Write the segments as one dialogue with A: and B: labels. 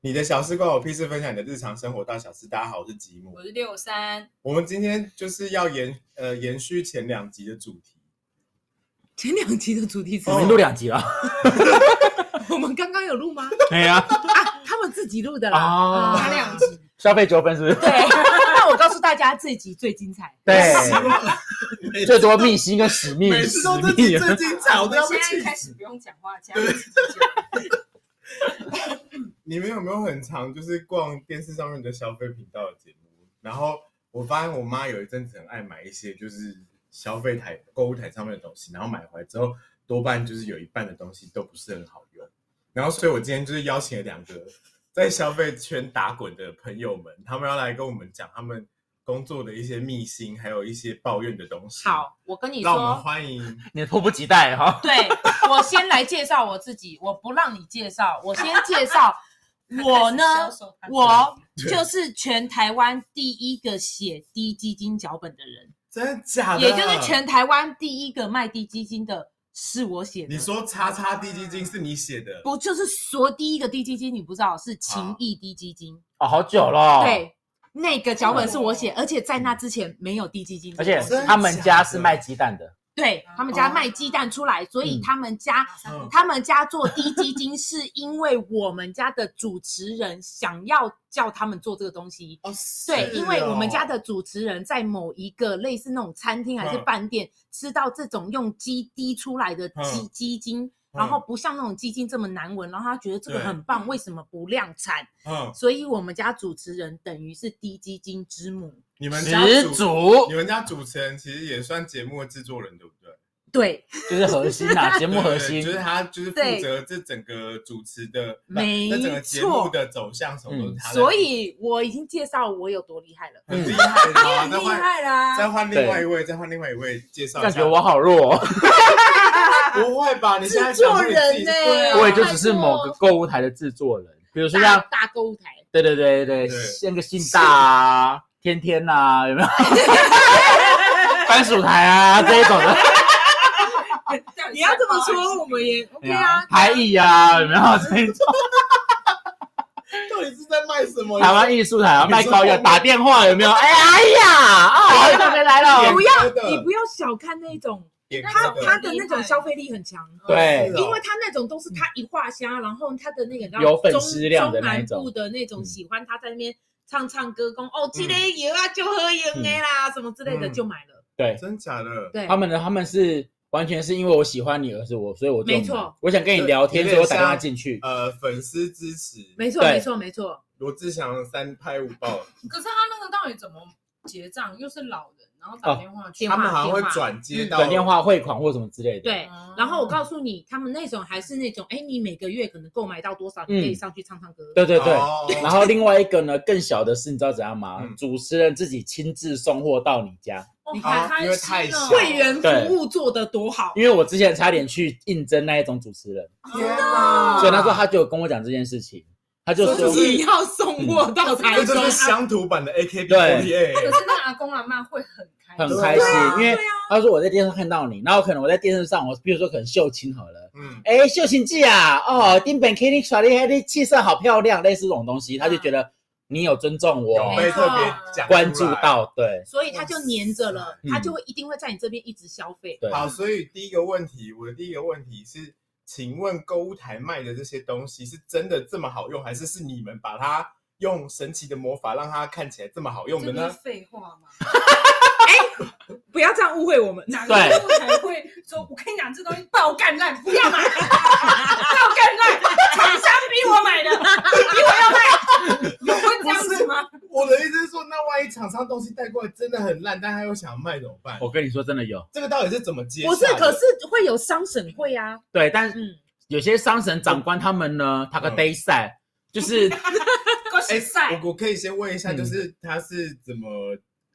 A: 你的小事关我屁事，分享你的日常生活大小事。大家好，我是吉姆
B: 我。是六三，
A: 我们今天就是要延呃延续前两集的主题，
C: 前两集的主题是
A: 哦
C: 什
D: 我们
C: 么？
D: 录两集了，
C: 我们刚刚 有录吗？
D: 哎呀，
C: 啊，他们自己录的啦。啊
A: 啊
D: 哦
B: 他两集，
D: 消费纠纷是不是？
C: 对，那我告诉大家，这一集最精彩。
D: 对，最多秘辛跟使命，
A: 每次都这集最精彩，我都要
B: 我
A: 被
B: 们现
A: 气
B: 在开
A: 死。
B: 始不用讲话，这样子讲。
A: 你们有没有很常就是逛电视上面的消费频道的节目？然后我发现我妈有一阵子很爱买一些就是消费台购物台上面的东西，然后买回来之后，多半就是有一半的东西都不是很好用。然后所以我今天就是邀请了两个在消费圈打滚的朋友们，他们要来跟我们讲他们工作的一些秘辛，还有一些抱怨的东西。，
C: 好，我跟你
A: 让我们
C: 说，
A: 欢迎
D: 你迫不及待哈。
C: 对我先来介绍我自己，我不让你介绍，我先介 绍我呢，我就是全台湾第一个写低基金脚本的人，
A: 真的假的？
C: 也就是全台湾第一个卖低基金的是我写的。
A: 你说“叉叉低基金”是你写的？
C: 不就是说第一个低基金你不知道是情谊低基金？
D: 哦，好久了。，
C: 对，那个脚本是我写，而且在那之前没有低基金这个
D: 而且
C: 东西，
D: 他们家是卖鸡蛋的，
C: 对他们家卖鸡蛋出来，所以
D: 嗯
C: 他们家、
A: 嗯
C: 他们家做低基金，是因为我们家的主持人想要叫他们做这个东西。
A: 哦，
C: 对，
A: 是
C: 因为我们家
A: 哦
C: 的主持人在某一个类似那种餐厅还是
A: 嗯
C: 饭店、吃到这种用鸡滴出来的鸡、
A: 嗯
C: 鸡精，然后不像那种鸡精这么难闻，然后他觉得这个
A: 对
C: 很棒，为什么不量产？
A: 嗯，
C: 所以我们家主持人等于是低基金之母。
A: 你们家
D: 始
A: 主，
D: 祖
A: 你们家主持人其实也算节目的制作人，对不对？
C: 对，
D: 就是核心呐，节目核
A: 对对对
D: 心
A: 就是他，就是负
C: 对
A: 责这整个主持的，不
C: 没
A: 这整个节目的走向什么
D: 嗯
A: 都是他在。
C: 所以我已经介绍我有多厉害了。
A: 很厉害的啊，
C: 很
A: 再
C: 厉
A: 换
C: 害啊啦！
A: 再换另外一位，再换另外一位介绍一下。
D: 感觉我好弱，哦
A: 不会吧？你现在
C: 制作
A: 讲出你自己
C: 人呢
A: 对啊
D: 我也就只是某个购物台的制作人，比如说像
C: 大大购物台，
D: 对对对对
A: 哎对，
D: 那个信大啊，天天呐，有没有？ 番薯台啊这一种的，
B: 哦
C: 你要这么说，我们也 OK 啊。
D: 台艺啊，有没有这一种？
A: 到底是在卖什么？
D: 台湾艺术台啊，
A: 哦你说哦
D: 卖膏药，打电话有没有？哎呀哎呀，啊，好久没来
A: 演
D: 了
C: 不。
A: 歌
C: 要
A: 的，
C: 你不要小看那种，
A: 演歌
C: 他
A: 的哦
C: 他的那种消费力很强，
D: 对
A: 是哦
C: 因为他那种都是他一画虾，然后他的那个
D: 有粉丝量的
C: 中
D: 那一
C: 南
D: 种
C: 部的那种
D: 嗯
C: 喜欢他在那边唱唱歌，功哦，这个有啊就喝赢的啦，什么之类的
A: 嗯
C: 就买了。
D: 对，
A: 真假的，
C: 对，
D: 他们呢，他们是完全是因为我喜欢你而是我，所以我就
C: 没错
D: 我想跟你聊天，
A: 有
D: 所
A: 点
D: 以我打电话
A: 像
D: 进去。
A: 呃，粉丝支持，
C: 没错
D: 对
C: 没错没错。
A: 罗志祥三拍五爆，
B: 可是他那个到底怎么结账？又是老人，然后打电话嗯去，
C: 电
A: 哦他
C: 话
A: 们好像会
C: 电话嗯
A: 转接到
D: 转电话汇款或什么之类的。
C: 对
B: 嗯，
C: 然后我告诉你，他们那种还是那种，哎，你每个月可能购买到多少，你可以上去唱唱歌。
D: 嗯对对对。
A: 哦
D: 然后另外一个呢，更小的是，你知道怎样吗
A: 嗯？
D: 主持人自己亲自送货到你家，
B: 哦
C: 你
B: 好
A: 看
B: 开
A: 因为太
B: 心哦！
A: 小
C: 会员服务做得多好
D: 因，为我之前差点去应征那一种主持人，
A: 天哪！
D: 所以那时候他就有跟我讲这件事情，他就
C: 所
D: 说
A: 就是
C: 以要
D: 嗯
C: 送我到台
A: 这
C: 中
A: 就。是
C: 啊
A: 乡土版的 AKB
B: 可
A: 48。
B: 是那阿公阿妈会很开心，
D: 很开心，因为
C: 对啊
D: 他说我在电视上看到你，然后可能我在电视上，我比如说可能秀清好了。
A: 嗯，
D: 哎，秀琴姐啊，哦，丁本 K 你耍厉害，你气色好漂亮，类似这种东西，他就觉得你啊有尊重
A: 有
D: 我，
A: 被特别讲出来
D: 关注。到，对
C: 所以他就黏着了，
D: 嗯
C: 他就会一定会在你这边一直消费。
D: 对，
A: 好，所以第一个问题，我的第一个问题是，请问购物台卖的这些东西是真的这么好用，还是是你们把它用神奇的魔法让它看起来这么好用的
B: 这不是
A: 呢？
B: 废话吗？
C: 不要这样误会我们，
B: 哪个客户才会说？我跟你讲，这东西爆干烂，不要买，爆干烂，厂商逼我买的， 逼我要卖，有会这样子吗？
A: 我的意思是说，那万一厂商东西带过来真的很烂，但他又想卖怎么办？
D: 我跟你说真的有，
A: 这个到底是怎么接下
C: 不
A: 的？
C: 是，可是会有商审会 啊，
D: 对，但是
C: 嗯，
D: 有些商神长官他们呢，他个 day 赛就是
B: 恭
C: 哎
B: 喜赛，
A: 哎我我可以先问一下，
D: 嗯
A: 就是它是怎么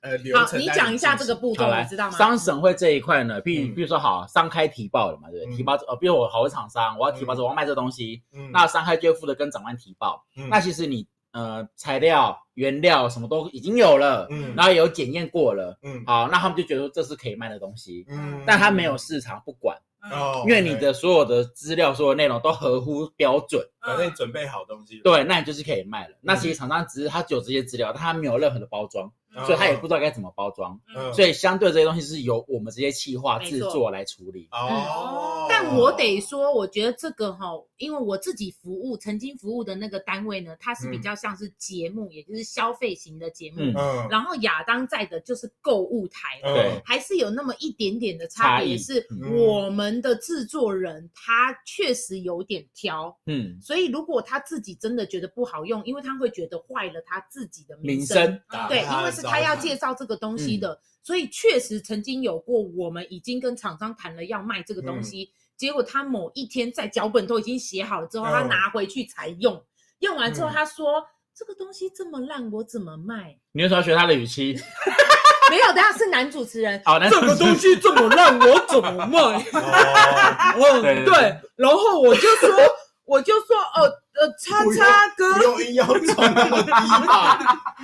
A: 呃流
C: 好，
A: 程？
C: 你讲一下这个。步骤，
D: 好 来
C: 你知道吗？
D: 商审会这一块呢，比
A: 嗯
D: 如比如说好，商开提报了嘛，对不
A: 嗯
D: 对？提报呃，比如我好的厂商，我要提报说我要卖这东西，
A: 嗯
D: 那商开就会负责跟长官提报。
A: 嗯
D: 那其实你呃材料、原料什么都已经有了，
A: 嗯
D: 然后也有检验过了，
A: 嗯
D: 哦好，那他们就觉得说这是可以卖的东西，
A: 嗯
D: 但他没有市场不管，
A: 哦，
D: 因为你
A: 对
D: 的所有的资料、所有内容都合乎标准，
A: 反正你准备好东西了，
D: 对，那你就是可以卖了。那其实厂商只是他只有这些资料，但他没有任何的包装，
A: 嗯
D: 所以他也不知道该怎么包装。
A: 嗯，
D: 所以相对这些东西是由我们这些企划
C: 没
D: 制
C: 错
D: 作来处理。
A: 哦，
C: 嗯但我得说，我觉得这个哈，因为我自己服务曾经服务的那个单位呢，它是比较像是节目，也就是消费型的节目。
D: 嗯
A: 嗯，
C: 然后亚当在的就是购物台，
A: 嗯
D: 对
C: 还是有那么一点点的差别，
D: 差异
C: 是
A: 嗯
C: 我们的制作人他确实有点挑，
D: 嗯，
C: 所以如果他自己真的觉得不好用，因为他会觉得坏了他自己的
D: 民
C: 声，
D: 生
A: 打
C: 对，
A: 啊他
C: 因为
A: 的
C: 是
A: 招
C: 他要
A: 牌
C: 介绍这个东西的，所以确实曾经有过，我们已经跟厂商谈了要卖这个东西，结果他某一天在脚本都已经写好了之后，他
A: 嗯
C: 拿回去才用，用完之后
A: 嗯
C: 他说。这个东西这么烂，我怎么卖？
D: 你为什么要学他的语气？
C: 没有，等一下是男主持人，
D: 好，那
E: 这个东西这么烂，我怎么卖？
A: 哦
E: 嗯，
D: 对对
E: 对。然后我就说，我就说，哦，呃，叉叉哥，
A: 不用硬要走那么低 吧？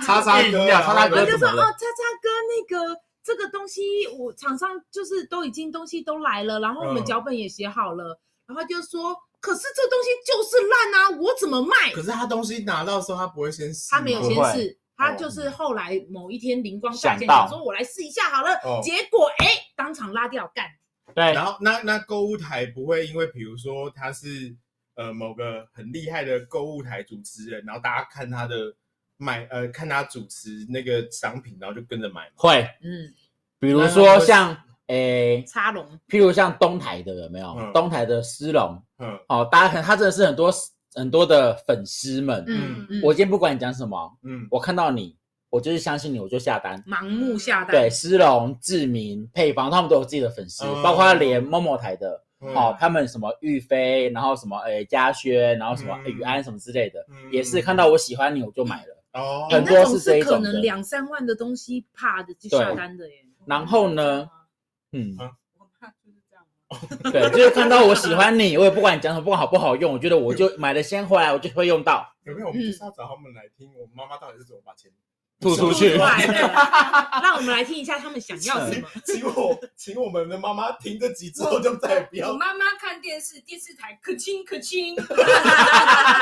A: 叉叉哥
D: 硬
A: 啊，
D: 要叉叉
C: 我
D: 哥
C: 就
D: 怎么
C: 说哦，
D: 了
C: 叉叉哥，那个这个东西我厂商就是都已经东西都来了，然后我们
A: 嗯
C: 脚本也写好了，然后就说，可是这东西就是烂啊，我怎么卖？
A: 可是他东西拿到的时候，他不会先试吗，
C: 他没有
D: 不
C: 先
D: 会哦
C: 试，他就是后来某一天灵光乍
D: 想
C: 现，
D: 到
C: 想说我来试一下好了，
A: 哦
C: 结果哎，当场拉掉干。
D: 对
A: 然后那那购物台不会因为比如说他是呃某个很厉害的购物台主持人，然后大家看他的买呃看他主持那个商品，然后就跟着买吗。
D: 会，
C: 嗯，
D: 比如
A: 那
D: 说
A: 会
D: 像诶，
C: 插龙，
D: 譬如像东台的有没有？
A: 嗯
D: 东台的狮龙，
A: 嗯
D: 哦，大家可能他真的是很多很多的粉丝们。
A: 嗯
C: 嗯嗯，
D: 我今天不管你讲什么，
A: 嗯
D: 我看到你，我就是相信你，我就下单。
C: 盲目下单，
D: 对，，狮龙、志明、配方，他们都有自己的粉丝，
A: 嗯
D: 包括连某某台的，
A: 嗯
D: 哦，他们什么玉飞，然后什么诶嘉轩，然后什么
A: 嗯
D: 雨安什么之类的，
A: 嗯
D: 也是看到我喜欢你，我就买了。
A: 哦，
C: 哎
D: 很，多
C: 那种
D: 是这一
C: 可
D: 种
C: 能
D: 的
C: 两三万的东西，怕的就下
D: 对
C: 单的耶。
D: 然后呢？嗯，
B: 我很怕就是这样。
D: 对，就是看到我喜欢你，我也不管你讲什么，不管好不好用，我觉得我就买了先回来，我就会用到，
A: 有没有？我们就是要找他们来听我妈妈到底是怎么把 钱
D: 吐
C: 出
D: 出去。
C: 来了，让我们来听一下他们想要什么。
A: 请我请我们的妈妈听这集之后就再也不
B: 我
A: 要。
B: 妈妈看电视，电视台可亲可亲。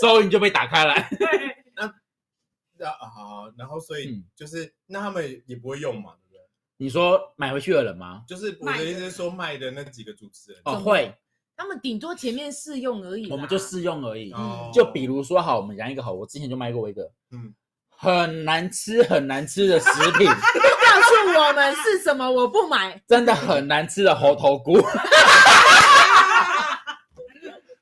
D: 收音就被打开来。
B: 对
A: 那啊，好然后所以
D: 嗯
A: 就是那他们也不会用嘛，对不对？
D: 你说买回去的人吗？
A: 就是我的意思是说卖的那几个主持人。
D: 哦，会，
C: 他们顶多前面试用而已啦，
D: 我们就试用而已。
A: 哦
D: 嗯就比如说，好，我们讲一个好，我之前就卖过一个，
A: 嗯
D: 很难吃很难吃的食品，
C: 告诉我们是什么，我不买。
D: 真的很难吃的猴头菇。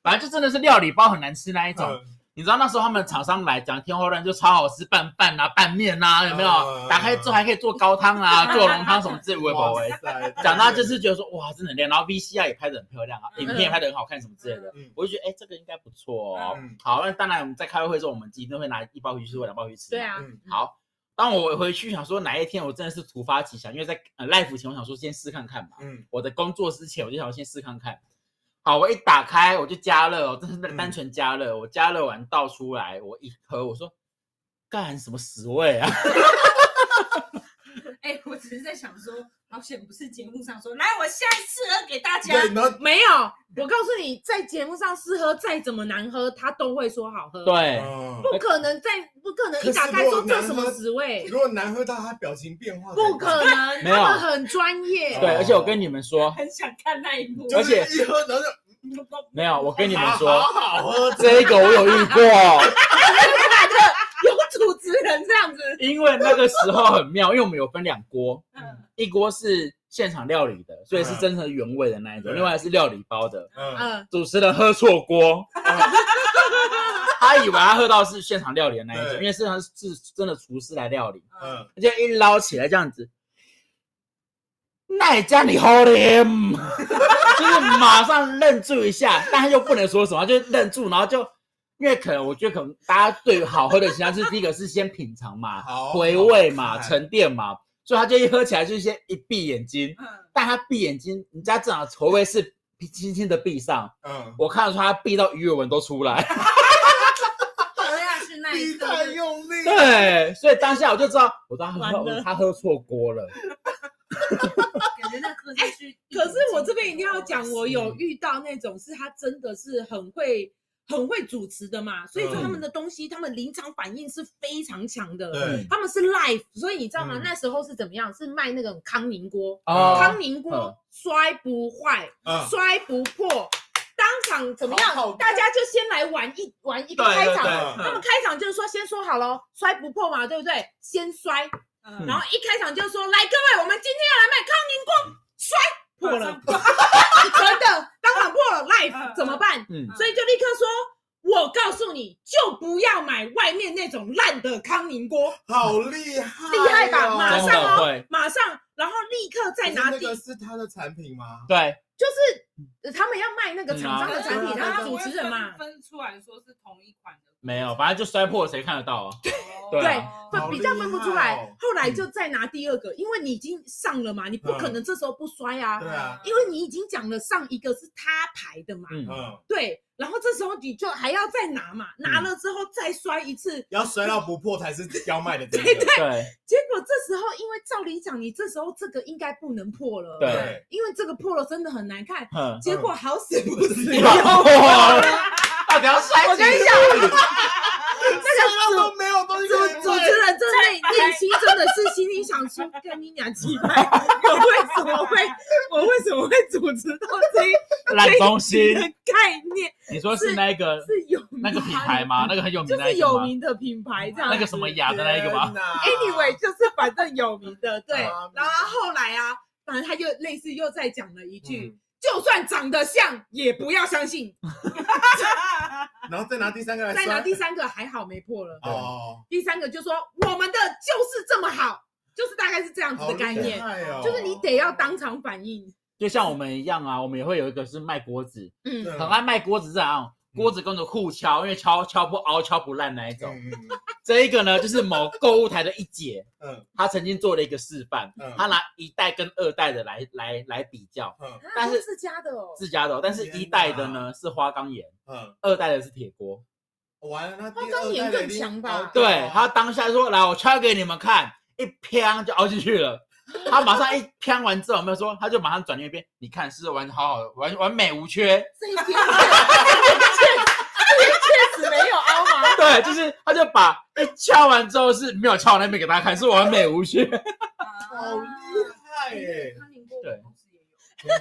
D: 反正就真的是料理包很难吃那一种，
A: 嗯
D: 你知道那时候他们厂商来讲天后乱就超好吃，拌饭啊、拌面啊，有没有？
A: 嗯
D: 打开之后还可以做高汤啊、做浓汤什么之类的，我
A: 哇
D: 也
A: 塞
D: 讲到就是觉得说哇，真的很亮，然后 VCR 也拍的很漂亮啊，
B: 嗯
D: 影片也拍的很好看什么之类的
A: 嗯，
D: 我就觉得哎、这个应该不错哦。
A: 嗯
D: 好，那当然我们在开会的时候，我们一定会拿一包回去吃或两包回去吃。
C: 对。啊，
A: 嗯
D: 好，当我回去想说哪一天我真的是突发奇想，因为在呃 live 前我想说先试看看嘛，
A: 嗯
D: 我的工作之前我就想先试看看。好，我一打开我就加热哦，真是单
A: 嗯
D: 单纯加热。我加热完倒出来，我一喝，我说干什么死味啊！
B: 哎、我只是在想说，好险不是节目上说，来，我现在试喝给大家。
A: 对，然后
C: 没有。我告诉你，在节目上试喝，再怎么难喝，他都会说好喝。，
D: 对，啊
A: 嗯
C: 不可能在，不可能
A: 可
C: 一
A: 是
C: 打开
A: 如
C: 说
A: 果
C: 这
A: 难
C: 什么
A: 喝
C: 滋味，
A: 如果难喝到他表情变化，
C: 不可能，
D: 没
C: 他们
D: 有
C: 很专业。
D: 对，而且我跟你们说，
B: 很想看那一 嗯幕。
A: 就是
D: 而
A: 一喝然后就啊
D: 没有，我跟你们
A: 好
D: 说，
A: 好喝，嗯
D: 这个我有遇过，
C: 有主持人这样子，
D: 因为那个时候很妙，因为我们有分两锅，
B: 嗯
D: 一锅是现场料理的，所以是真正原味的那一种，
A: 嗯
D: 另外是料理包的。
A: 嗯
C: 嗯，
D: 主持人喝错锅，他以为他喝到是现场料理的那一种，
A: 对
D: 因为现场是真的厨师来料理，
A: 嗯，
D: 而且一捞起来这样子，那也叫你好脸， 就是马上愣住一下，但他又不能说什么，他就愣住，然后就。因为可能，我觉得可能大家对于好喝的形象是第一个是先品尝嘛，
A: 好
D: 回味嘛，
A: 好看
D: 沉淀嘛，所以他就一喝起来就先一闭眼睛，
B: 嗯，
D: 但他闭眼睛，人家正好回味是轻轻的闭上，
A: 嗯，
D: 我看得出他闭到鱼尾纹都 出来。
B: 喝下去那一
A: 你
B: 刻，
A: 太用力，
D: 哦对，所以当下我就知道，我知道他
C: 完了
D: 喝他喝错锅了。
B: 可
F: 觉那个是去。
C: 哎可是我这边一定要讲，我有遇到那种是他真的是很会很会主持的嘛，所以
D: 嗯
C: 说他们的东西，他们临场反应是非常强的。
A: 对，
C: 他们是 live，所以你知道吗？
A: 嗯
C: 那时候是怎么样？是卖那种康宁锅，
D: 哦
C: 康宁锅
D: 嗯
C: 摔不坏，
A: 啊，
C: 摔不破，当场怎么样
A: 好好？
C: 大家就先来玩一玩一个
D: 对
C: 开
D: 对嗯
C: 场。嗯
D: 对
C: 他们开场就是说，先说好喽，摔不破嘛，对不对？先摔，
B: 嗯
C: 然后一开场就说：“来，各位，我们今天要来卖康宁光，摔破了， 真的当场破了
B: 嗯
C: ，life 怎么办？”
D: 嗯
C: 所以就立刻说：“我告诉你，就不要买外面那种烂的康宁锅，
A: 好厉害哦，
C: 厉害吧？马
D: 真
C: 上
D: 的
C: 哦，
D: 会，
C: 马上，然后立刻再拿
A: 可是
C: 地
A: 那个是他的产品吗？
D: 对，
C: 就是呃他们要卖那个厂商的产品，
A: 嗯啊
C: 然后主持人嘛，
B: 分出来说是同一款的，哦
D: 没有，反正就摔破了，谁看得到啊？
B: 对
D: 对
A: 好
C: 分比较分不出来
A: 厉害哦。
C: 后来就再拿第二个，因为你已经上了嘛，你不可能这时候不摔啊，
A: 对啊，
C: 因为你已经讲了上一个是他排的嘛，
D: 嗯，
A: 嗯，
C: 对，然后这时候你就还要再拿嘛，拿了之后再摔一次。
A: 要摔到不破才是要卖的真
C: 对
A: 的，
D: 对
C: 结果这时候，因为照理讲，你这时候这个应该不能破了，
D: 对
A: 对，
C: 因为这个破了真的很难看。
D: 嗯，
C: 结果好死不死，
D: 有，到底要摔？
C: 我跟你讲，
A: 这个都没有东西
C: 主
A: 可以
C: 主
A: 卖
C: 持人真的内心真的是心里想说，跟你俩几拍，我为什么会，我为什么会主持到这一
D: 烂中心
C: 这，一集的概念
D: 你说是那 个
C: 是有
D: 那个品牌吗？那个很有名
C: 就
D: 的那
C: 是
D: 一个
C: 有
D: 吗？
C: 名的啊品牌这样子。
D: 那个什么雅的那一个吗？
A: 天哪
C: anyway，就是反正有名的，对。
A: 啊
C: 然后后来啊，反正他就类似又再讲了一句，
D: 嗯
C: 就算长得像也不要相信。
A: 嗯然后再拿第三个来
C: 再
A: 摔，
C: 拿第三个还好没破了，
A: 哦，
C: 第三个就说我们的就是这么好，就是大概是这样子
A: 好
C: 的概
A: 厉
C: 念，
A: 害哦，
C: 就是你得要当场反应。
D: 就像我们一样啊，我们也会有一个是卖锅子，
C: 嗯，
A: 嗯
D: 很爱卖锅子是这样，锅子跟着互敲，因为敲敲不凹、敲不烂那一种。
A: 嗯嗯
D: 这一个呢，就是某购物台的一姐，
A: 嗯
D: 她曾经做了一个示范，
A: 嗯
D: 她拿一代跟二代的来来来比较，
A: 嗯嗯
D: 但是
C: 啊自家的哦，
D: 自家的哦，但是一代的呢是花岗岩，
A: 嗯，
D: 二代的是铁锅。
A: 完了，那
C: 花
A: 第
C: 岗
A: 二
C: 岩
A: 代的
C: 更
A: 一定
C: 强吧
A: 熬到
D: 对她当下说：“来，我敲给你们看。”一砰就凹进去了。她马上一砰完之后，我们说，她就马上转念一边，你看是不是玩得好好的，完完美无缺。
C: 这一天这一天确实没有凹嘛。
D: 对，就是他就把一敲完之后是没有敲完那边给大家看，是完美无缺。
A: 好厉害 耶，
B: 康宁锅我
D: 对
B: 同时也有，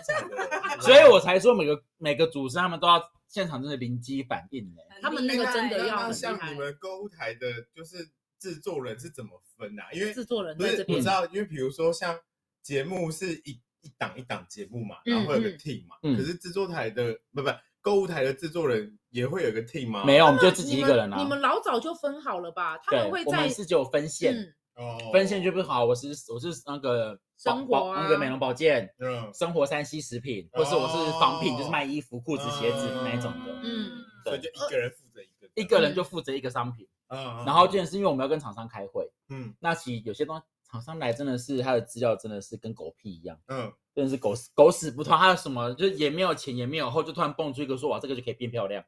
A: 真的假的
D: 所以我才说每个每个主持人他们都要现场真的临机反应呢。
B: 很
C: 他们那个
B: 厉害
C: 真的
A: 那
C: 要
A: 那
C: 很
A: 像
C: 厉害
A: 你们购物台的，就是制作人是怎么分的啊？因为
C: 制作人
A: 不
C: 在
A: 是
C: 这
A: 我
C: 边
A: 知，道，因为比如说像节目是一一档一档节目嘛，然后会有个
C: 嗯嗯
A: team 嘛，
D: 嗯
A: 可是制作台的不不购物台的制作人也会有个 team 吗？
D: 没有，我们就自己
C: 你
D: 一个
C: 们
D: 人啊
C: 你。们老早就分好了吧？他
D: 对
C: 们会，
D: 我
C: 在
D: 们是只有分线，
C: 嗯
A: 哦，
D: 分线就不好。我是我是那个保
C: 生活啊
D: 保那个美容保健、
A: 嗯，
D: 生活三 C 食品，或是我
A: 哦
D: 是仿品，就是卖衣服、裤子、鞋子那一种的。
C: 嗯
A: 所以就一个人负责一个，
D: 一个人就负责一个商品，
A: 嗯，
D: 然后这件事因为我们要跟厂商开会，
A: 嗯
D: 那其实有些东西厂商来真的是他的资料真的是跟狗屁一样。
A: 嗯
D: 真的是狗屎狗屎不通，还有什么就是也没有前也没有后，就突然蹦出一个说哇这个就可以变漂亮，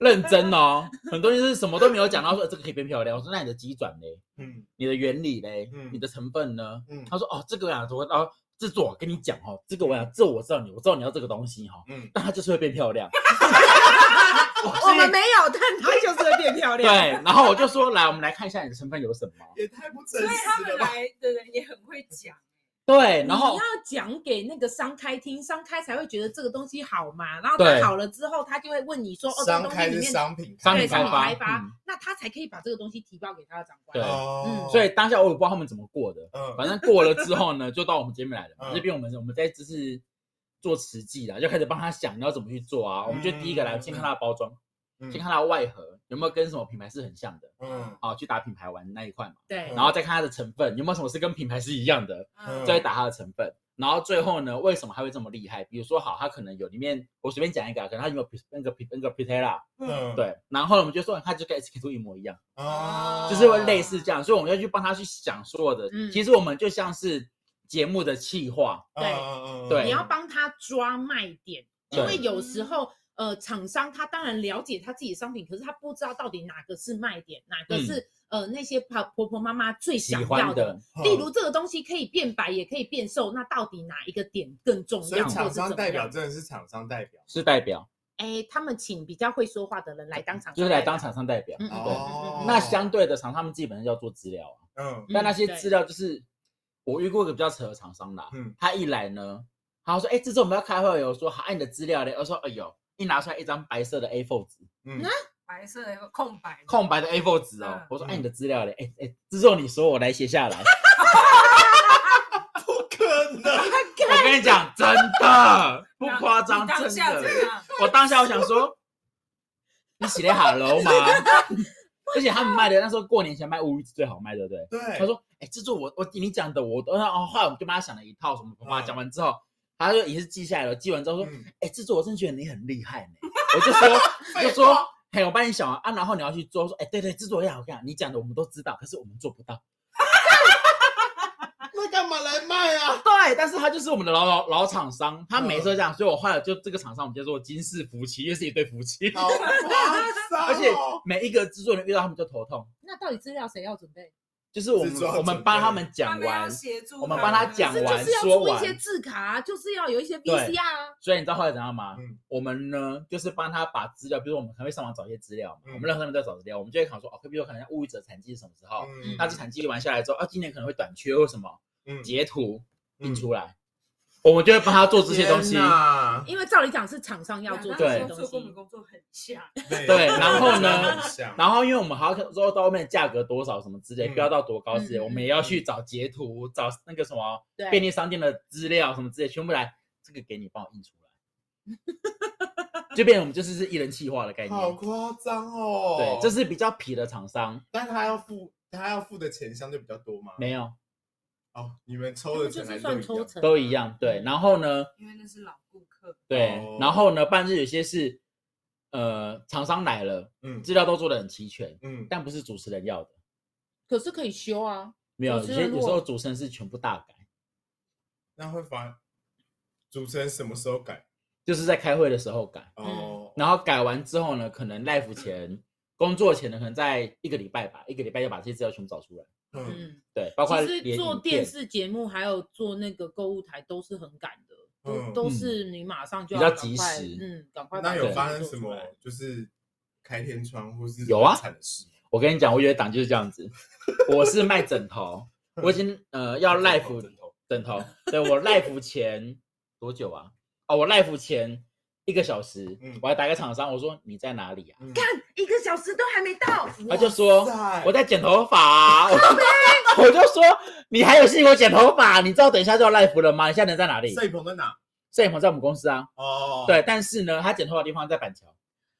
D: 认真哦，很多就是什么都没有讲到说呃这个可以变漂亮，我说那你的机转嘞，
A: 嗯
D: 你的原理嘞，
A: 嗯
D: 你的成分呢？
A: 嗯
D: 他说哦这个呀，我然后制作我跟你讲哦，这个我想这我知道你我知道你要这个东西哈、哦，
A: 嗯，
D: 但它就是会变漂亮，
C: 我们没有，但他就是会变漂
D: 对，
C: 亮。
D: 然后我就说来我们来看一下你的成分有什么，
A: 也太不诚
B: 所以他
A: 实
B: 们
A: 了吧？
B: 来的人也很会讲，
D: 对，然
C: 你
D: 后
C: 要讲给那个商开听，商开才会觉得这个东西好嘛。然后
D: 对
C: 他好了之后，他就会问你说：“哦，这个
A: 商
C: 东西
A: 开
C: 里
A: 是
C: 面
A: 商品，
D: 商
C: 对
D: 品
C: 商品
D: 开发
C: 开发
D: 嗯，
C: 那他才可以把这个东西提报给他的长官。”
D: 对
A: 哦，
D: 所以当下我也不知道他们怎么过的，
A: 嗯
D: 反正过了之后呢，就到我们这边来了嘛。
A: 嗯
D: 这边我们我们在就是做实际啦，就开始帮他想你要怎么去做啊。我们就第一个来
A: 嗯
D: 先看它的包装，
A: 嗯
D: 先看它的外盒有没有跟什么品牌是很像的
A: 嗯
D: 啊，去打品牌玩那一块嘛。
C: 对
A: 嗯
D: 然后再看它的成分有没有什么是跟品牌是一样的，
B: 啊
A: 嗯
D: 再去打它的成分。然后最后呢，为什么它会这么厉害？比如说，好，它可能有里面，我随便讲一个啊，可能它有那个那个 p r e t e l a
A: 嗯，
D: 对，然后我们就说它就跟 SK two 一模一样。
A: 哦，
D: 就是会类似这样，所以我们要去帮他去想所有的。
C: 嗯
D: 其实我们就像是节目的企划，
C: 对
A: 嗯，
D: 对
C: 你要帮他抓卖点，因为
D: 对
C: 有时候呃，厂商他当然了解他自己的商品，可是他不知道到底哪个是卖点，哪个是呃那些婆婆婆妈妈最
D: 嗯喜
C: 想要
D: 欢的，
A: 嗯
D: 嗯
C: 例如这个东西可以变白，也可以变瘦，那到底哪一个点更重
A: 所以
C: 要，或
A: 厂
C: 是怎
A: 商
C: 么
A: 代表
C: 样？
A: 真的是厂商代表
D: 是代表，
C: 哎，他们请比较会说话的人来当场，
D: 就是来当，厂商代表。
C: 嗯嗯
D: 对
A: 哦
D: 那相对的厂，他们自己本身要做资料啊，
A: 嗯
D: 但那些
C: 对
D: 资料就是我遇过一个比较扯的厂商啦，
A: 嗯
D: 他一来呢，他说：“哎，这次我们要开会哦。”我说：“好，按你的资料嘞。”我说：“哎呦。”一拿出来一张白色的 A4 纸，
A: 嗯
B: 白色的空白的，
D: 空白的 A4 纸哦
B: 嗯。
D: 我说：“哎，
A: 嗯
D: 你的资料嘞？哎哎，制作你说，我来写下来。”
A: 不可能，
D: 我跟你讲，真的不
B: 那
D: 夸张，
B: 你当
D: 真
B: 下啊怎
D: 的。
B: 样？
D: 我当下我想说， 你写的 hello 吗？而且他们卖的那时候过年前卖乌鱼子最好卖，对不对？
A: 对，
D: 他说，哎、制作我我你讲的我，然后后来我们就帮他想了一套什么方法，
A: 嗯
D: 讲完之后，他就也是记下来了，记完之后说，
A: 嗯
D: 哎、制作我真的觉得你很厉害呢，我就说我就说。嘿，我帮你想完啊，然后你要去做，说，哎、对对，制作也好看，你讲的我们都知道，可是我们做不到。
A: 那干嘛来卖啊？
D: 对，但是他就是我们的老老老厂商，他每次都这样，所以我后来就这个厂商我们叫做金氏夫妻，又是一对夫妻，
A: 好夸张哦，
D: 而且 每一个制作人遇到他们就头痛，
C: 那到底资料谁要准备？
D: 就是我
A: 制作
D: 们
A: 要
D: 我们
A: 准
D: 帮
A: 备
D: 他们
B: 他
D: 讲
B: 们要
D: 完，
B: 协助，
D: 我们帮他讲
C: 这
D: 完
C: 就是要
D: 说
C: 出一
D: 完
C: 些字卡啊，就是要有一些
D: 对
C: VCR 啊。
D: 所以你知道后来怎样吗？
A: 嗯
D: 我们呢就是帮他把资料，比如说我们可能会上网找一些资料嘛，
A: 嗯
D: 我们任何人都在找资料，我们就会想说，哦，比如说可能像物语者产季是什么时候，
A: 嗯
D: 那这产季完下来之后，啊，今年可能会短缺或什么，
A: 嗯
D: 截图印出来，我们就会帮他做这些东西
A: 天。哪
C: 因为照理讲是厂商要做这
D: 对
C: 些
B: 做
C: 东
B: 跟我们
C: 西，
B: 工作很像，
D: 对然后呢
A: 很像
D: 然后因为我们还要看说到外面的价格多少什么之类，
A: 嗯
D: 标到多高之类，
C: 嗯嗯
D: 我们也要去找截图，找那个什么
C: 对
D: 便利商店的资料什么之类，全部来这个给你帮我印出来，就变成我们就是是一人气化的概
A: 好
D: 念。
A: 夸张哦，
D: 对，这，是比较痞的厂商，
A: 但他要付他要付的钱相对比较多吗？
D: 没有
A: 哦，你们
C: 他
A: 抽的
C: 们就
A: 钱还都
C: 是算
A: 一
C: 抽
A: 样
C: 成
D: 都
C: 啊
D: 一。样。对，然后呢，
B: 因为那是老顾客，
D: 对
A: 哦，
D: 然后呢，半日有些是呃厂商来了，
A: 嗯
D: 资料都做的很齐全，
A: 嗯，
D: 但不是主持人要的，
C: 可是可以修啊，
D: 没有有
C: 主持
D: 些
C: 人
D: 有
C: 如
D: 时候
C: 果
D: 主持人是全部大改，
A: 那会发主持人什么时候改？
D: 就是在开会的时候改。
A: 哦，
D: 然后改完之后呢，可能 life 前、工作前呢，可能在一个礼拜吧，一个礼拜就把这些资料全部找出来。
A: 嗯
C: 嗯，
D: 对，包括
C: 其实
D: 连
C: 做
D: 影
C: 电
D: 片
C: 视节目还有做那个购物台都是很赶的，
A: 嗯
C: 都都是你马上就
D: 比较
C: 要赶
D: 及
C: 快
D: 时
C: 嗯，赶快把
A: 那
C: 这
A: 有
C: 个
A: 发
C: 东
A: 生
C: 西
A: 什
C: 做出
A: 么
C: 来
A: 就是开天窗或是
D: 有啊
A: 很惨的事吗？
D: 我跟你讲，我有一档就是这 样子，我是卖枕头，
A: 嗯
D: 我已经呃要 life
A: 枕头
D: 枕头，对我 life 前多久啊？哦，我 life 前一个小时，
A: 嗯
D: 我还打给厂商，我说你在哪里啊？
A: 嗯
C: 干一个小时都还没到，
D: 他啊就说
A: 塞
D: 哦我在剪头发啊、 我我就说你还有心给我剪头发？你知道等一下就要 life 了吗？你现在人在哪里？
A: 摄影棚在哪？
D: 摄影棚在我们公司啊。
A: 哦，
D: 对，但是呢，他剪头发的地方在板桥。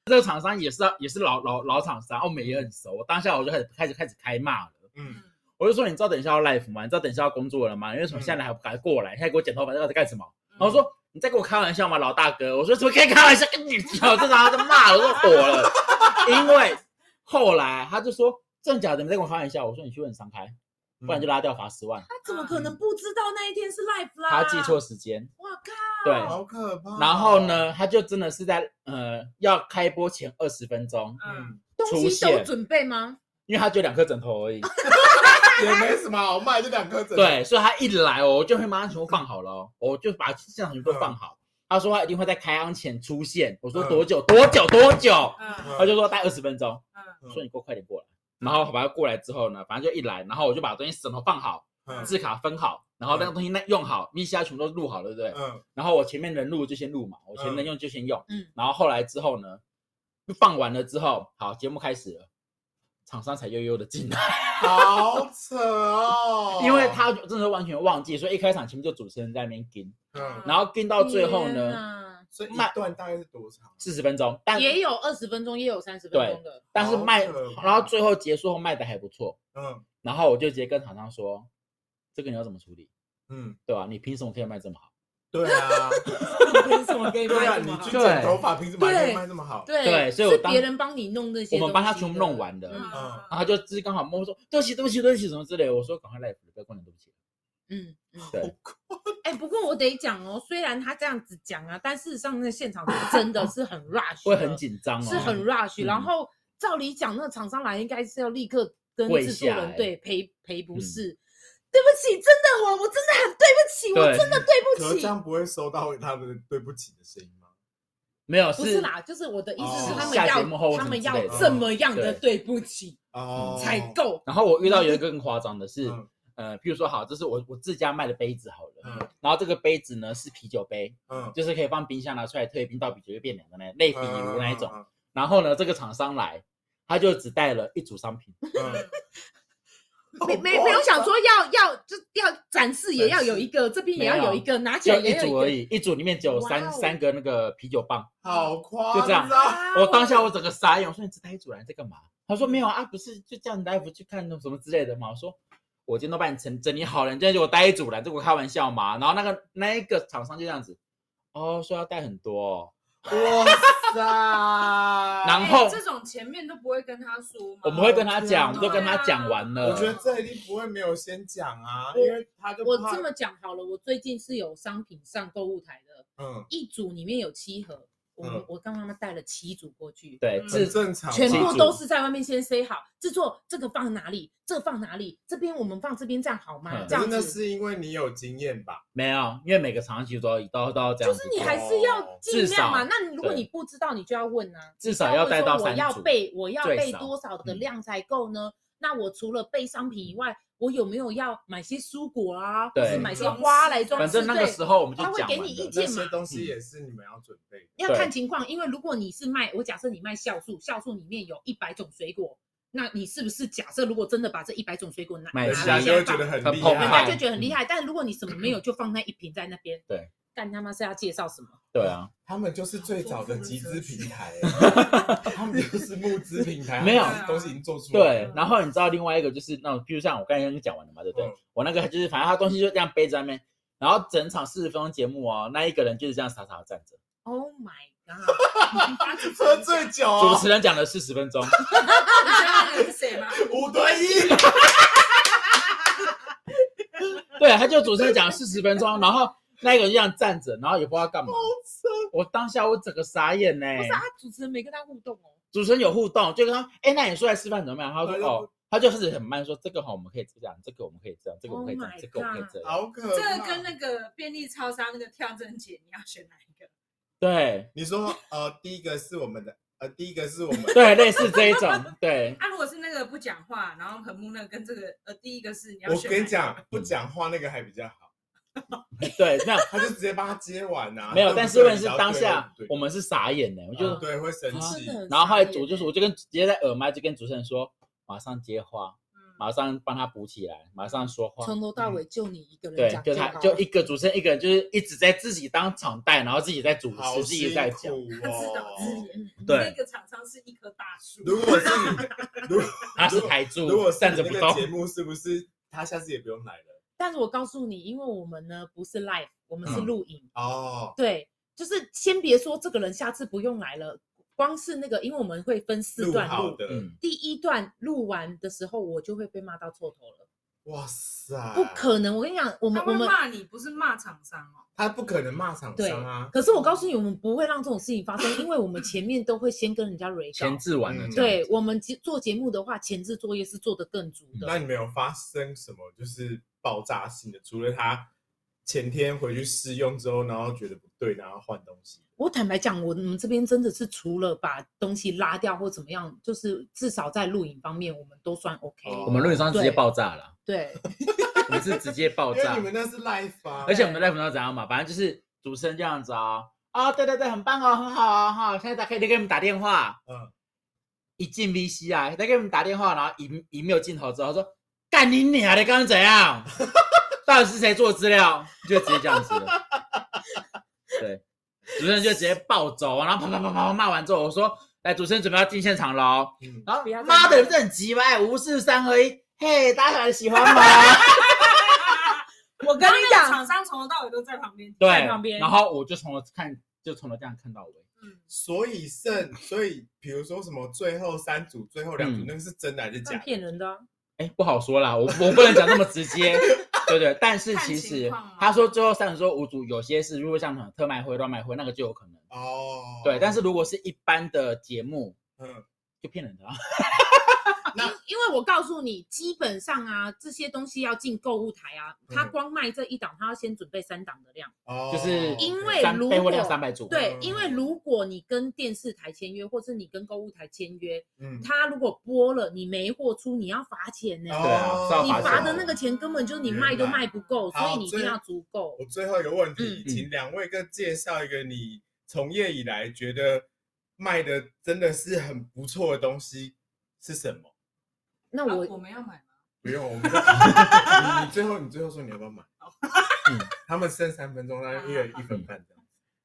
D: 这个厂商也是也是老老老厂商，我们也很熟。我当下我就开始开始开始开骂了，
A: 嗯，
D: 我就说你知道等一下要 live 吗？你知道等一下要工作了吗？你为什么现在还不敢过来？现在给我剪头发，到底干什么？然后说你在跟我开玩笑吗，老大哥？我说怎么可以开玩笑？跟你讲，我真的他在骂了，我说火了，因为后来他就说真的假的？你在跟我开玩笑？我说你去问商开，
C: 嗯
D: 不
A: 嗯
D: 然就拉掉罚十万。
C: 他怎么可能不知道那一天是 live 啦？
D: 他记错，时间，
C: 我靠！
D: 对，
A: 好可怕。哦
D: 然后？呢，他就真的是在呃要开播前二十分钟，
B: 嗯，
A: 嗯，
D: 出
C: 东西都
D: 现
C: 准备吗？
D: 因为他只有两颗枕头而已。
A: 嗯也没什么好卖，就两颗 枕头。
D: 对，所以他一来哦，我就会马上全部放好了哦，我就把现场全部都放好。他说他一定会在开昂前出现，我说
A: 嗯
D: 多久？多久？多久？
B: 嗯
A: 嗯
D: 他就说待二十分钟，
B: 嗯，
D: 我说你给我快点过来。然后把他过来之后呢，反正就一来，然后我就把东西枕头放好，
A: 嗯
D: 字卡分好，然后那个东西那用好，密西啊全部都录好了，对不对？
A: 嗯
D: 然后我前面能录就先录嘛，我前面能
A: 嗯
D: 用就先用，
C: 嗯
D: 然后后来之后呢，放完了之后，好，节目开始了，厂商才悠悠的进来，，
A: 好扯哦
D: 因为他真的完全忘记，所以一开场前面就主持人在那边跟，
A: 嗯，
D: 然后跟到最后
C: 天
D: 呢，
C: 哪，
A: 所以一
D: 卖
A: 段大概是多长？
D: 四十分钟，但
C: 也有二十分钟，也有三十分钟的，
D: 但是
A: 好
D: 卖
A: 可，怕
D: 然后最后结束后卖的还不错，
A: 嗯
D: 然后我就直接跟厂商说，这个你要怎么处理，
A: 嗯，
D: 对吧、你凭什么可以卖这么好？
A: 对 啊，
C: 凭什么可以
A: 对啊，
C: 卖这
A: 你
C: 么好
A: 去
D: 就
A: 剪头发，凭什么还可以
C: 对
A: 卖这么好？
C: 对
D: 对所以我
C: 是
D: 当
C: 别人帮你弄那些东西
D: 我
C: 的，
D: 们帮他全部弄完的
C: 嗯
A: 嗯
D: 然后他就就是刚好摸说，对不起，对不起，对不起，什么之类的，我说赶快 live，不要光讲对不起，
C: 嗯嗯，
D: 对，
C: 哎、不过我得讲哦，虽然他这样子讲啊，但事实上那现场是真的是很 rush，
D: 会
C: 的
D: 很紧张哦，
C: 是很 rush、
D: 嗯
C: 然后照理讲，那个厂商来应该是要立刻跟
D: 跪
C: 制作
D: 下
C: 人
D: 来
C: 对赔赔不
D: 嗯
C: 是。对不起，真的我我真的很对不起，我
D: 对
C: 真的对
A: 可
C: 不
A: 是
C: 起
A: 这。样不会收到他们的对不起的声音吗？
D: 没有
C: 不是啦，就是我的意思是，
A: 哦
C: 他们
D: 下
C: 要
D: 节目后或
C: 他
D: 什么
C: 们
D: 之类
C: 要
A: 的
C: 这么样的对不起
A: 哦，
C: 才够。
D: 然后我遇到有一个更夸张的是，
A: 嗯
D: 呃，譬如说好，这是我我自家卖的杯子好了，
A: 嗯
D: 然后这个杯子呢是啤酒杯，
A: 嗯，
D: 就是可以放冰箱拿出来退冰，到啤酒就变凉的那类比如那一种。
A: 嗯。
D: 然后呢，这个厂商来，他就只带了一组商品，
A: 嗯嗯嗯
C: 没没没有想说要要就要展示，也
A: 展
C: 要
A: 示
C: 有一个这边也要
D: 没有
C: 有一个，拿起来
D: 就一
C: 也要
D: 组
C: 有
D: 而
C: 一
D: 已，一组里面只有
C: 哇
D: 三
C: 哦
D: 三个那个啤酒棒。
A: 好夸张，
D: 就这样
C: 个。哇
D: 啊
B: 啊
D: 我
C: 哦
D: 当
B: 哎
D: 下我整个傻眼，我说你只带一组来你在干嘛？他说没有啊，啊不是就叫你 live 去看那种什么之类的嘛。我说我今天都帮你整整理好了，你今天给我带一组来，这不开玩笑嘛？然后那个那一个厂商就这样子，哦，说要带很多、哦，
A: 哇塞！
D: 然后
B: 这种前面都不会跟他说嘛，
D: 我们会跟他
A: 天啊
D: 讲，我们都跟他讲完了。
A: 我觉得这一定不会没有先讲啊，因为他就
C: 我
A: 怕
C: 这么讲好了，我最近是有商品上购物台的，
A: 嗯，
C: 一组里面有七盒，我们
A: 嗯
C: 我跟妈妈带了七组过去，
B: 嗯
D: 对，
A: 很
D: 自
A: 正常吧，
C: 全
D: 记
C: 部
D: 住
C: 都是在外面先塞好，制作这个放哪里，这放哪里，这边我们放这边这样好吗？
D: 嗯
C: 这
A: 可是
C: 样
A: 那
C: 子，
A: 是因为你有经验吧？
D: 没有，因为每个厂商其实都要都都要这
C: 就
D: 样子
C: 是
D: 做，
C: 你还是要
A: 哦
C: 尽量嘛。
D: 至
C: 那你如果
D: 对
C: 你不知道，你就要问啊。
D: 至少
C: 要
D: 要
C: 问
D: 带
C: 说
D: 到
C: 我
D: 三
C: 要
D: 组。
C: 备我要
D: 最
C: 备
D: 少
C: 多少的
D: 嗯
C: 量才够呢？那我除了备商品以外，我有没有要买些蔬果啊，或
D: 对
C: 是买些
B: 装
C: 花
B: 饰
C: 来装饰？
D: 反正那个
C: 对
D: 时候我们就
C: 他会
D: 讲
C: 给
D: 完
C: 你意
D: 了
C: 见
A: 那
C: 嘛
A: 些东西也是你们要准备的。
C: 要
D: 对
C: 看情况，因为如果你是卖，我假设你卖酵素，酵素里面有一百种水果，那你是不是假设如果真的把这一百种水果拿拿
D: 买
A: 人
D: 下
C: 来
A: 家
D: 来
A: 就会
C: 先
A: 觉
C: 放，
A: 得
C: 人
A: 很
D: 哎啊很
A: 厉
D: 澎
A: 害
C: 家
D: 湃
C: 就觉得很厉害。但如果你什么没有，就放那一瓶在那边，
D: 对，
C: 干他妈是要介绍什么？
D: 对啊，
A: 他们就是最早的集资平 台，他们就是募资平台，
D: 没有
A: 他们东西已经做出来
D: 对
C: 嗯
A: 了。。
D: 然后你知道另外一个就是那种，比如像我刚才跟你讲完了嘛，对不对
A: 嗯？
D: 我那个就是反正他东西就这样背在那边，然后整场四十分钟节目哦，那一个人就是这样傻傻的站着。
C: Oh my god！
A: 喝醉酒
D: 主
A: 哦，
D: 持人讲了四十 分钟，
B: 你知道那个是 谁吗？
A: 五对一，
D: 对，他就主持人讲了四十分钟，然后那一个人就这样站着，然后也不知道干嘛。我当下我整个傻眼呢、
C: 哦不是啊，主持人没跟他互动哦。
D: 主持人有互动，就跟他，哎、那你出来示范怎么样？他
A: 他
D: 说
A: 就
D: 哦，他就开始很慢说，这个哈我们可以这样，这个我们可以这样，这个我们可以这样
C: Oh my
D: 这个我们可以这样。
A: 好可
B: 这
A: 怕。
B: 个跟那个便利超商那个跳针姐，你要选哪一个？
D: 对
A: 你说呃，第一个是我们的，呃，第一个是我们
D: 对，类似这一种，对
B: 啊，如果是那个不讲话，然后很木讷，跟这个呃，第一个是你要
A: 我
B: 选哪一个。
A: 跟你讲，不讲话那个还比较好，
D: 对，那
A: 他就直接帮他接完呐、啊。
D: 没有，
A: 对
D: 但
A: 不
D: 是
A: 对
D: 问题是当下
A: 对
D: 我们是傻眼呢、我
A: 对
D: 就、
A: 啊对会生
C: 真
A: 气
C: 的，很
D: 然后后来
C: 傻眼
D: 主就是
C: 欸
D: 我就跟直接在耳麦就跟主持人说，马上接话，
B: 嗯，
D: 马上帮他补起来，马上说话。
C: 欸从头到尾就你一个人
D: 嗯对，
C: 讲
D: 就他
C: 好
D: 就
C: 了
D: 一个主持人一个人就是一直在自己当场带，然后自己在主
A: 好
D: 持，自己
A: 辛
D: 在讲。
A: 苦
B: 他自导自
A: 哦。
B: 演。
C: 嗯嗯
B: 那
D: 对，
B: 个厂商是一棵大树。
A: 如果 是你，如果
D: 他是台柱，
A: 如果是
D: 站着
A: 你
D: 不
A: 那
D: 动
A: 个。节目，是不是他下次也不用来了？
C: 但是我告诉你，因为我们呢不是 live，我们是
A: 嗯
C: 录影，
A: 哦，
C: 对，就是先别说这个人下次不用来了，光是那个，因为我们会分四
A: 录
C: 段
A: 好
C: 录，
A: 的，
D: 嗯，
C: 第一段录完的时候，我就会被骂到臭头了，
A: 哇塞，
C: 不，可能！我跟你讲，我们
B: 他
C: 我
B: 会
C: 们
B: 骂你，不是骂厂商哦。
A: 他不可能骂厂
C: 对
A: 商啊，。
C: 可是我告诉你，我们不会让这种事情发生，因为我们前面都会先跟人家 re
D: 前置完了
A: 嗯。
C: 对我们节做节目的话，前置作业是做得更足的。
A: 嗯那你们有发生什么就是爆炸性的？除了他前天回去试用之后，然后觉得不对，然后换东西。
C: 我坦白讲，我们这边真的是除了把东西拉掉或怎么样，就是至少在录影方面，我们都算 OK。
A: 哦
D: 我们录影商直接
C: 对
D: 爆炸了，
C: 对，
D: 我们是直接爆
A: 因为
D: 炸
A: 你。们那是 live 啊，
D: 而且我们的 live 知道怎样嘛？反正就是主持人这样子啊，啊，对对对，很棒哦，很好哦，哈，现在可以给你们打电话。
A: 嗯，
D: 一进 VC 啊，在给你们打电话，然后一一没有镜头之后说，干你娘的，刚刚 怎样？到底是谁做资料？就直接这样子了。 对，主持人就直接暴走，然后啪啪啪啪啪骂完之后，我说，来，主持人准备要进现场喽。
A: 嗯
D: 然后
C: 不要再
D: 妈
C: 骂
D: 的，
C: 了
D: 这很急吧？五四三合一，嘿，大家喜欢 吗？
C: 我跟
B: 然后
C: 你
B: 那个
C: 讲，
B: 厂商从头到尾都在旁边。
D: 对
C: 在旁，边
D: 然后我就从头看，就从头这样看到尾。
B: 嗯，
A: 所以剩，所以比如说什么最后三组、最后两组，
D: 嗯
A: 那个是真的还是假
C: 算
A: 的？
C: 骗人的啊、
D: 哎，不好说啦，我我不能讲那么直接，对不对？但是
B: 看
D: 其
B: 情
D: 实
B: 况啊
D: 他说最后三十说五组，有些是如果像什么特卖会、乱卖会，那个就有可能。
A: 哦，
D: 对，但是如果是一般的节目，
A: 嗯，
D: 就骗人的、啊。
A: 那
C: 因为我告诉你，基本上啊，这些东西要进购物台啊，他
A: 嗯
C: 光卖这一档，他要先准备三档的量。
A: 哦
D: 就是
C: 因为
D: 三
C: 如
D: 备货量
C: 果
D: 三百左右。
C: 对
A: 嗯，
C: 因为如果你跟电视台签约，或是你跟购物台签约，
A: 嗯
C: 他如果播了你没货出，你要罚钱呢、
A: 哦
D: 对啊，是要
C: 你
A: 罚
C: 罚
A: 钱
C: 的那个钱根本就是你卖都卖不够，
A: 好
C: 所以你一定
A: 所以
C: 要足够
A: 我。最后一个问题，
C: 嗯
A: 请两位各介绍一个你从业以来觉得卖的真的是很不错的东西是什么？
C: 那
B: 啊
C: 我
B: 我们要买吗？
A: 不用，我们你 你最后你最后说你要不要买？
D: 嗯
A: 他们剩三分钟，大概一人一分半这样。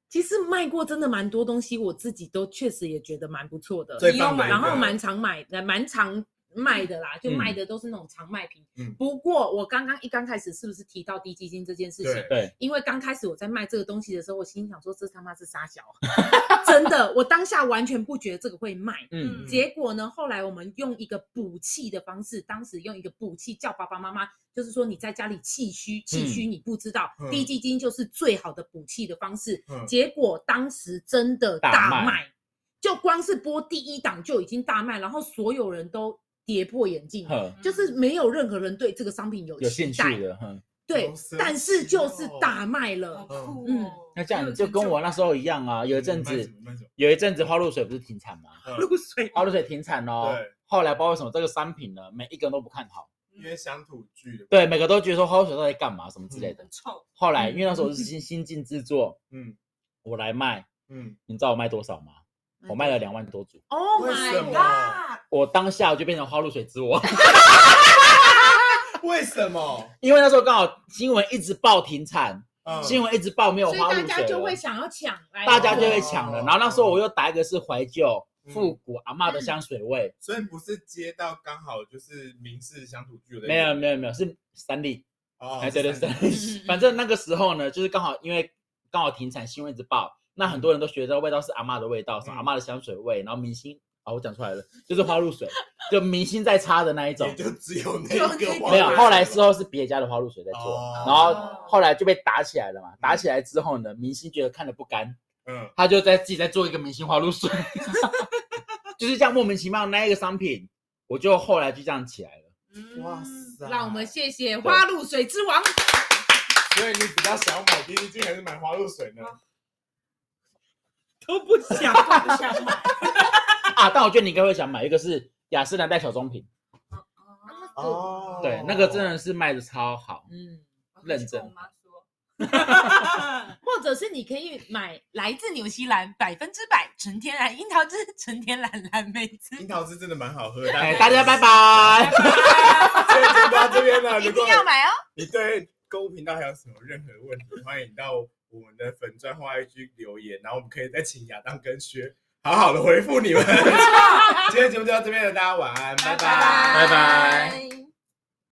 C: 其实卖过真的蛮多东西，我自己都确实也觉得蛮不错的。
A: 最
B: 你
A: 棒的
B: 有买
A: 一个，
C: 然后蛮常买的，蛮常卖的啦，就卖的都是那种常卖品。
A: 嗯
C: 不过我刚刚一刚开始是不是提到低基金这件事情
A: 对？
D: 对，
C: 因为刚开始我在卖这个东西的时候，我心里想说这他妈是傻小， 真的，我当下完全不觉得这个会卖。
D: 嗯，
C: 结果呢，后来我们用一个补气的方式，当时用一个补气叫爸爸妈妈，就是说你在家里气虚，气虚你不知道，
A: 嗯
C: 低基金就是最好的补气的方式。
A: 嗯
C: 结果当时真的
D: 大
C: 大
D: 卖
C: 就光是播第一档就已经大卖，然后所有人都跌破眼镜，
D: 呵，
B: 嗯
C: 就是没有任何人对这个商品有
D: 有
C: 嗯期
D: 兴
C: 待。
D: 趣的，哼，
C: 对
A: 好，神
C: 但是
A: 奇
C: 就是
A: 哦
C: 大卖了
B: 好。酷
C: 嗯
B: 哦！
D: 那这样
B: 很有
D: 你就
B: 成
D: 跟我
B: 感
D: 那 时候一样啊，有一阵
A: 你卖什
D: 子
A: 么，卖什么
D: 有一阵子花露水不是停产吗？
A: 嗯
C: 露水
D: 花露水停产哦
A: 对，
D: 后来不知道为什么这个商品呢，每一个人都不看好，
A: 因为乡土剧的，
D: 对，每个都觉得说花露水到底干嘛什么之类的。
B: 很臭，
D: 后来因为那时候是新新进制作，
A: 嗯
D: 我来卖，
A: 嗯，
D: 你知道我卖多少吗？我卖了两万多组，
C: ，Oh
A: 为什
C: my
A: 么
C: god！
D: 我当下我就变成花露水之王，
A: 为什么？
D: 因为那时候刚好新闻一直报停产，
A: 嗯
D: 新闻一直报没有
C: 所以
D: 花露
C: 大家
D: 水了，
C: 就会想要抢哎来
D: 大
C: 用，
D: 家就会抢了。
A: 哦
D: 然后那时候我又打一个是怀旧、
A: 嗯
D: 复古、阿嬷的香水味，
A: 所以不是接到刚好就是明式乡土剧的，
D: 没有没有没有是三立，
A: 嗯哦，
D: 哎对对
A: 是
D: 对
A: 三嗯个，
D: 反正那个时候呢，就是刚好因为刚好停产，新闻一直报，那很多人都觉得味道是阿嬷的味道，是
A: 嗯
D: 阿嬷的香水味，然后明星啊我讲出来了，就是花露水，就明星在擦的那一种
A: 也，就只有那
C: 只有那
A: 一个
C: 个
A: 花
D: 没有。
A: 露
D: 后来
A: 水
D: 之后是别家的花露水在做，
A: 哦
B: 嗯
D: 然后后来就被打起来了嘛，打起来之后呢，明星觉得看的不甘，
A: 嗯
D: 他就在自己在做一个明星花露水， 就是这样莫名其妙那一个商品，我就后来就这样起来了。
C: 嗯
A: 哇塞
C: 让我们谢谢花露水之 王。
A: 所以你比较想要买滴滴精还是买花露水呢？
C: 都不想不 想买。
D: 啊，但我觉得你应该会想买一个是雅诗兰黛小棕瓶，
A: 哦
D: 对，那个真的是卖的超好。
C: 嗯，
D: 认真
B: 我妈说，
C: 或者是你可以买
F: 来自纽西兰百分之百纯天然樱桃汁，纯天然蓝莓汁，
A: 樱桃汁真的蛮好喝的。
D: 哎，大家拜。 拜。
A: 今天就到这边了。
F: 一
A: 如
F: 定
A: 果
F: 要买哦！
A: 你对购物频道还有什么任何问题，欢迎到我们的粉砖或 IG 留言，然后我们可以再请亚当跟薛好 好的回复你们。今天节目就到这边了，大家晚安，拜拜
D: 拜拜
F: 拜。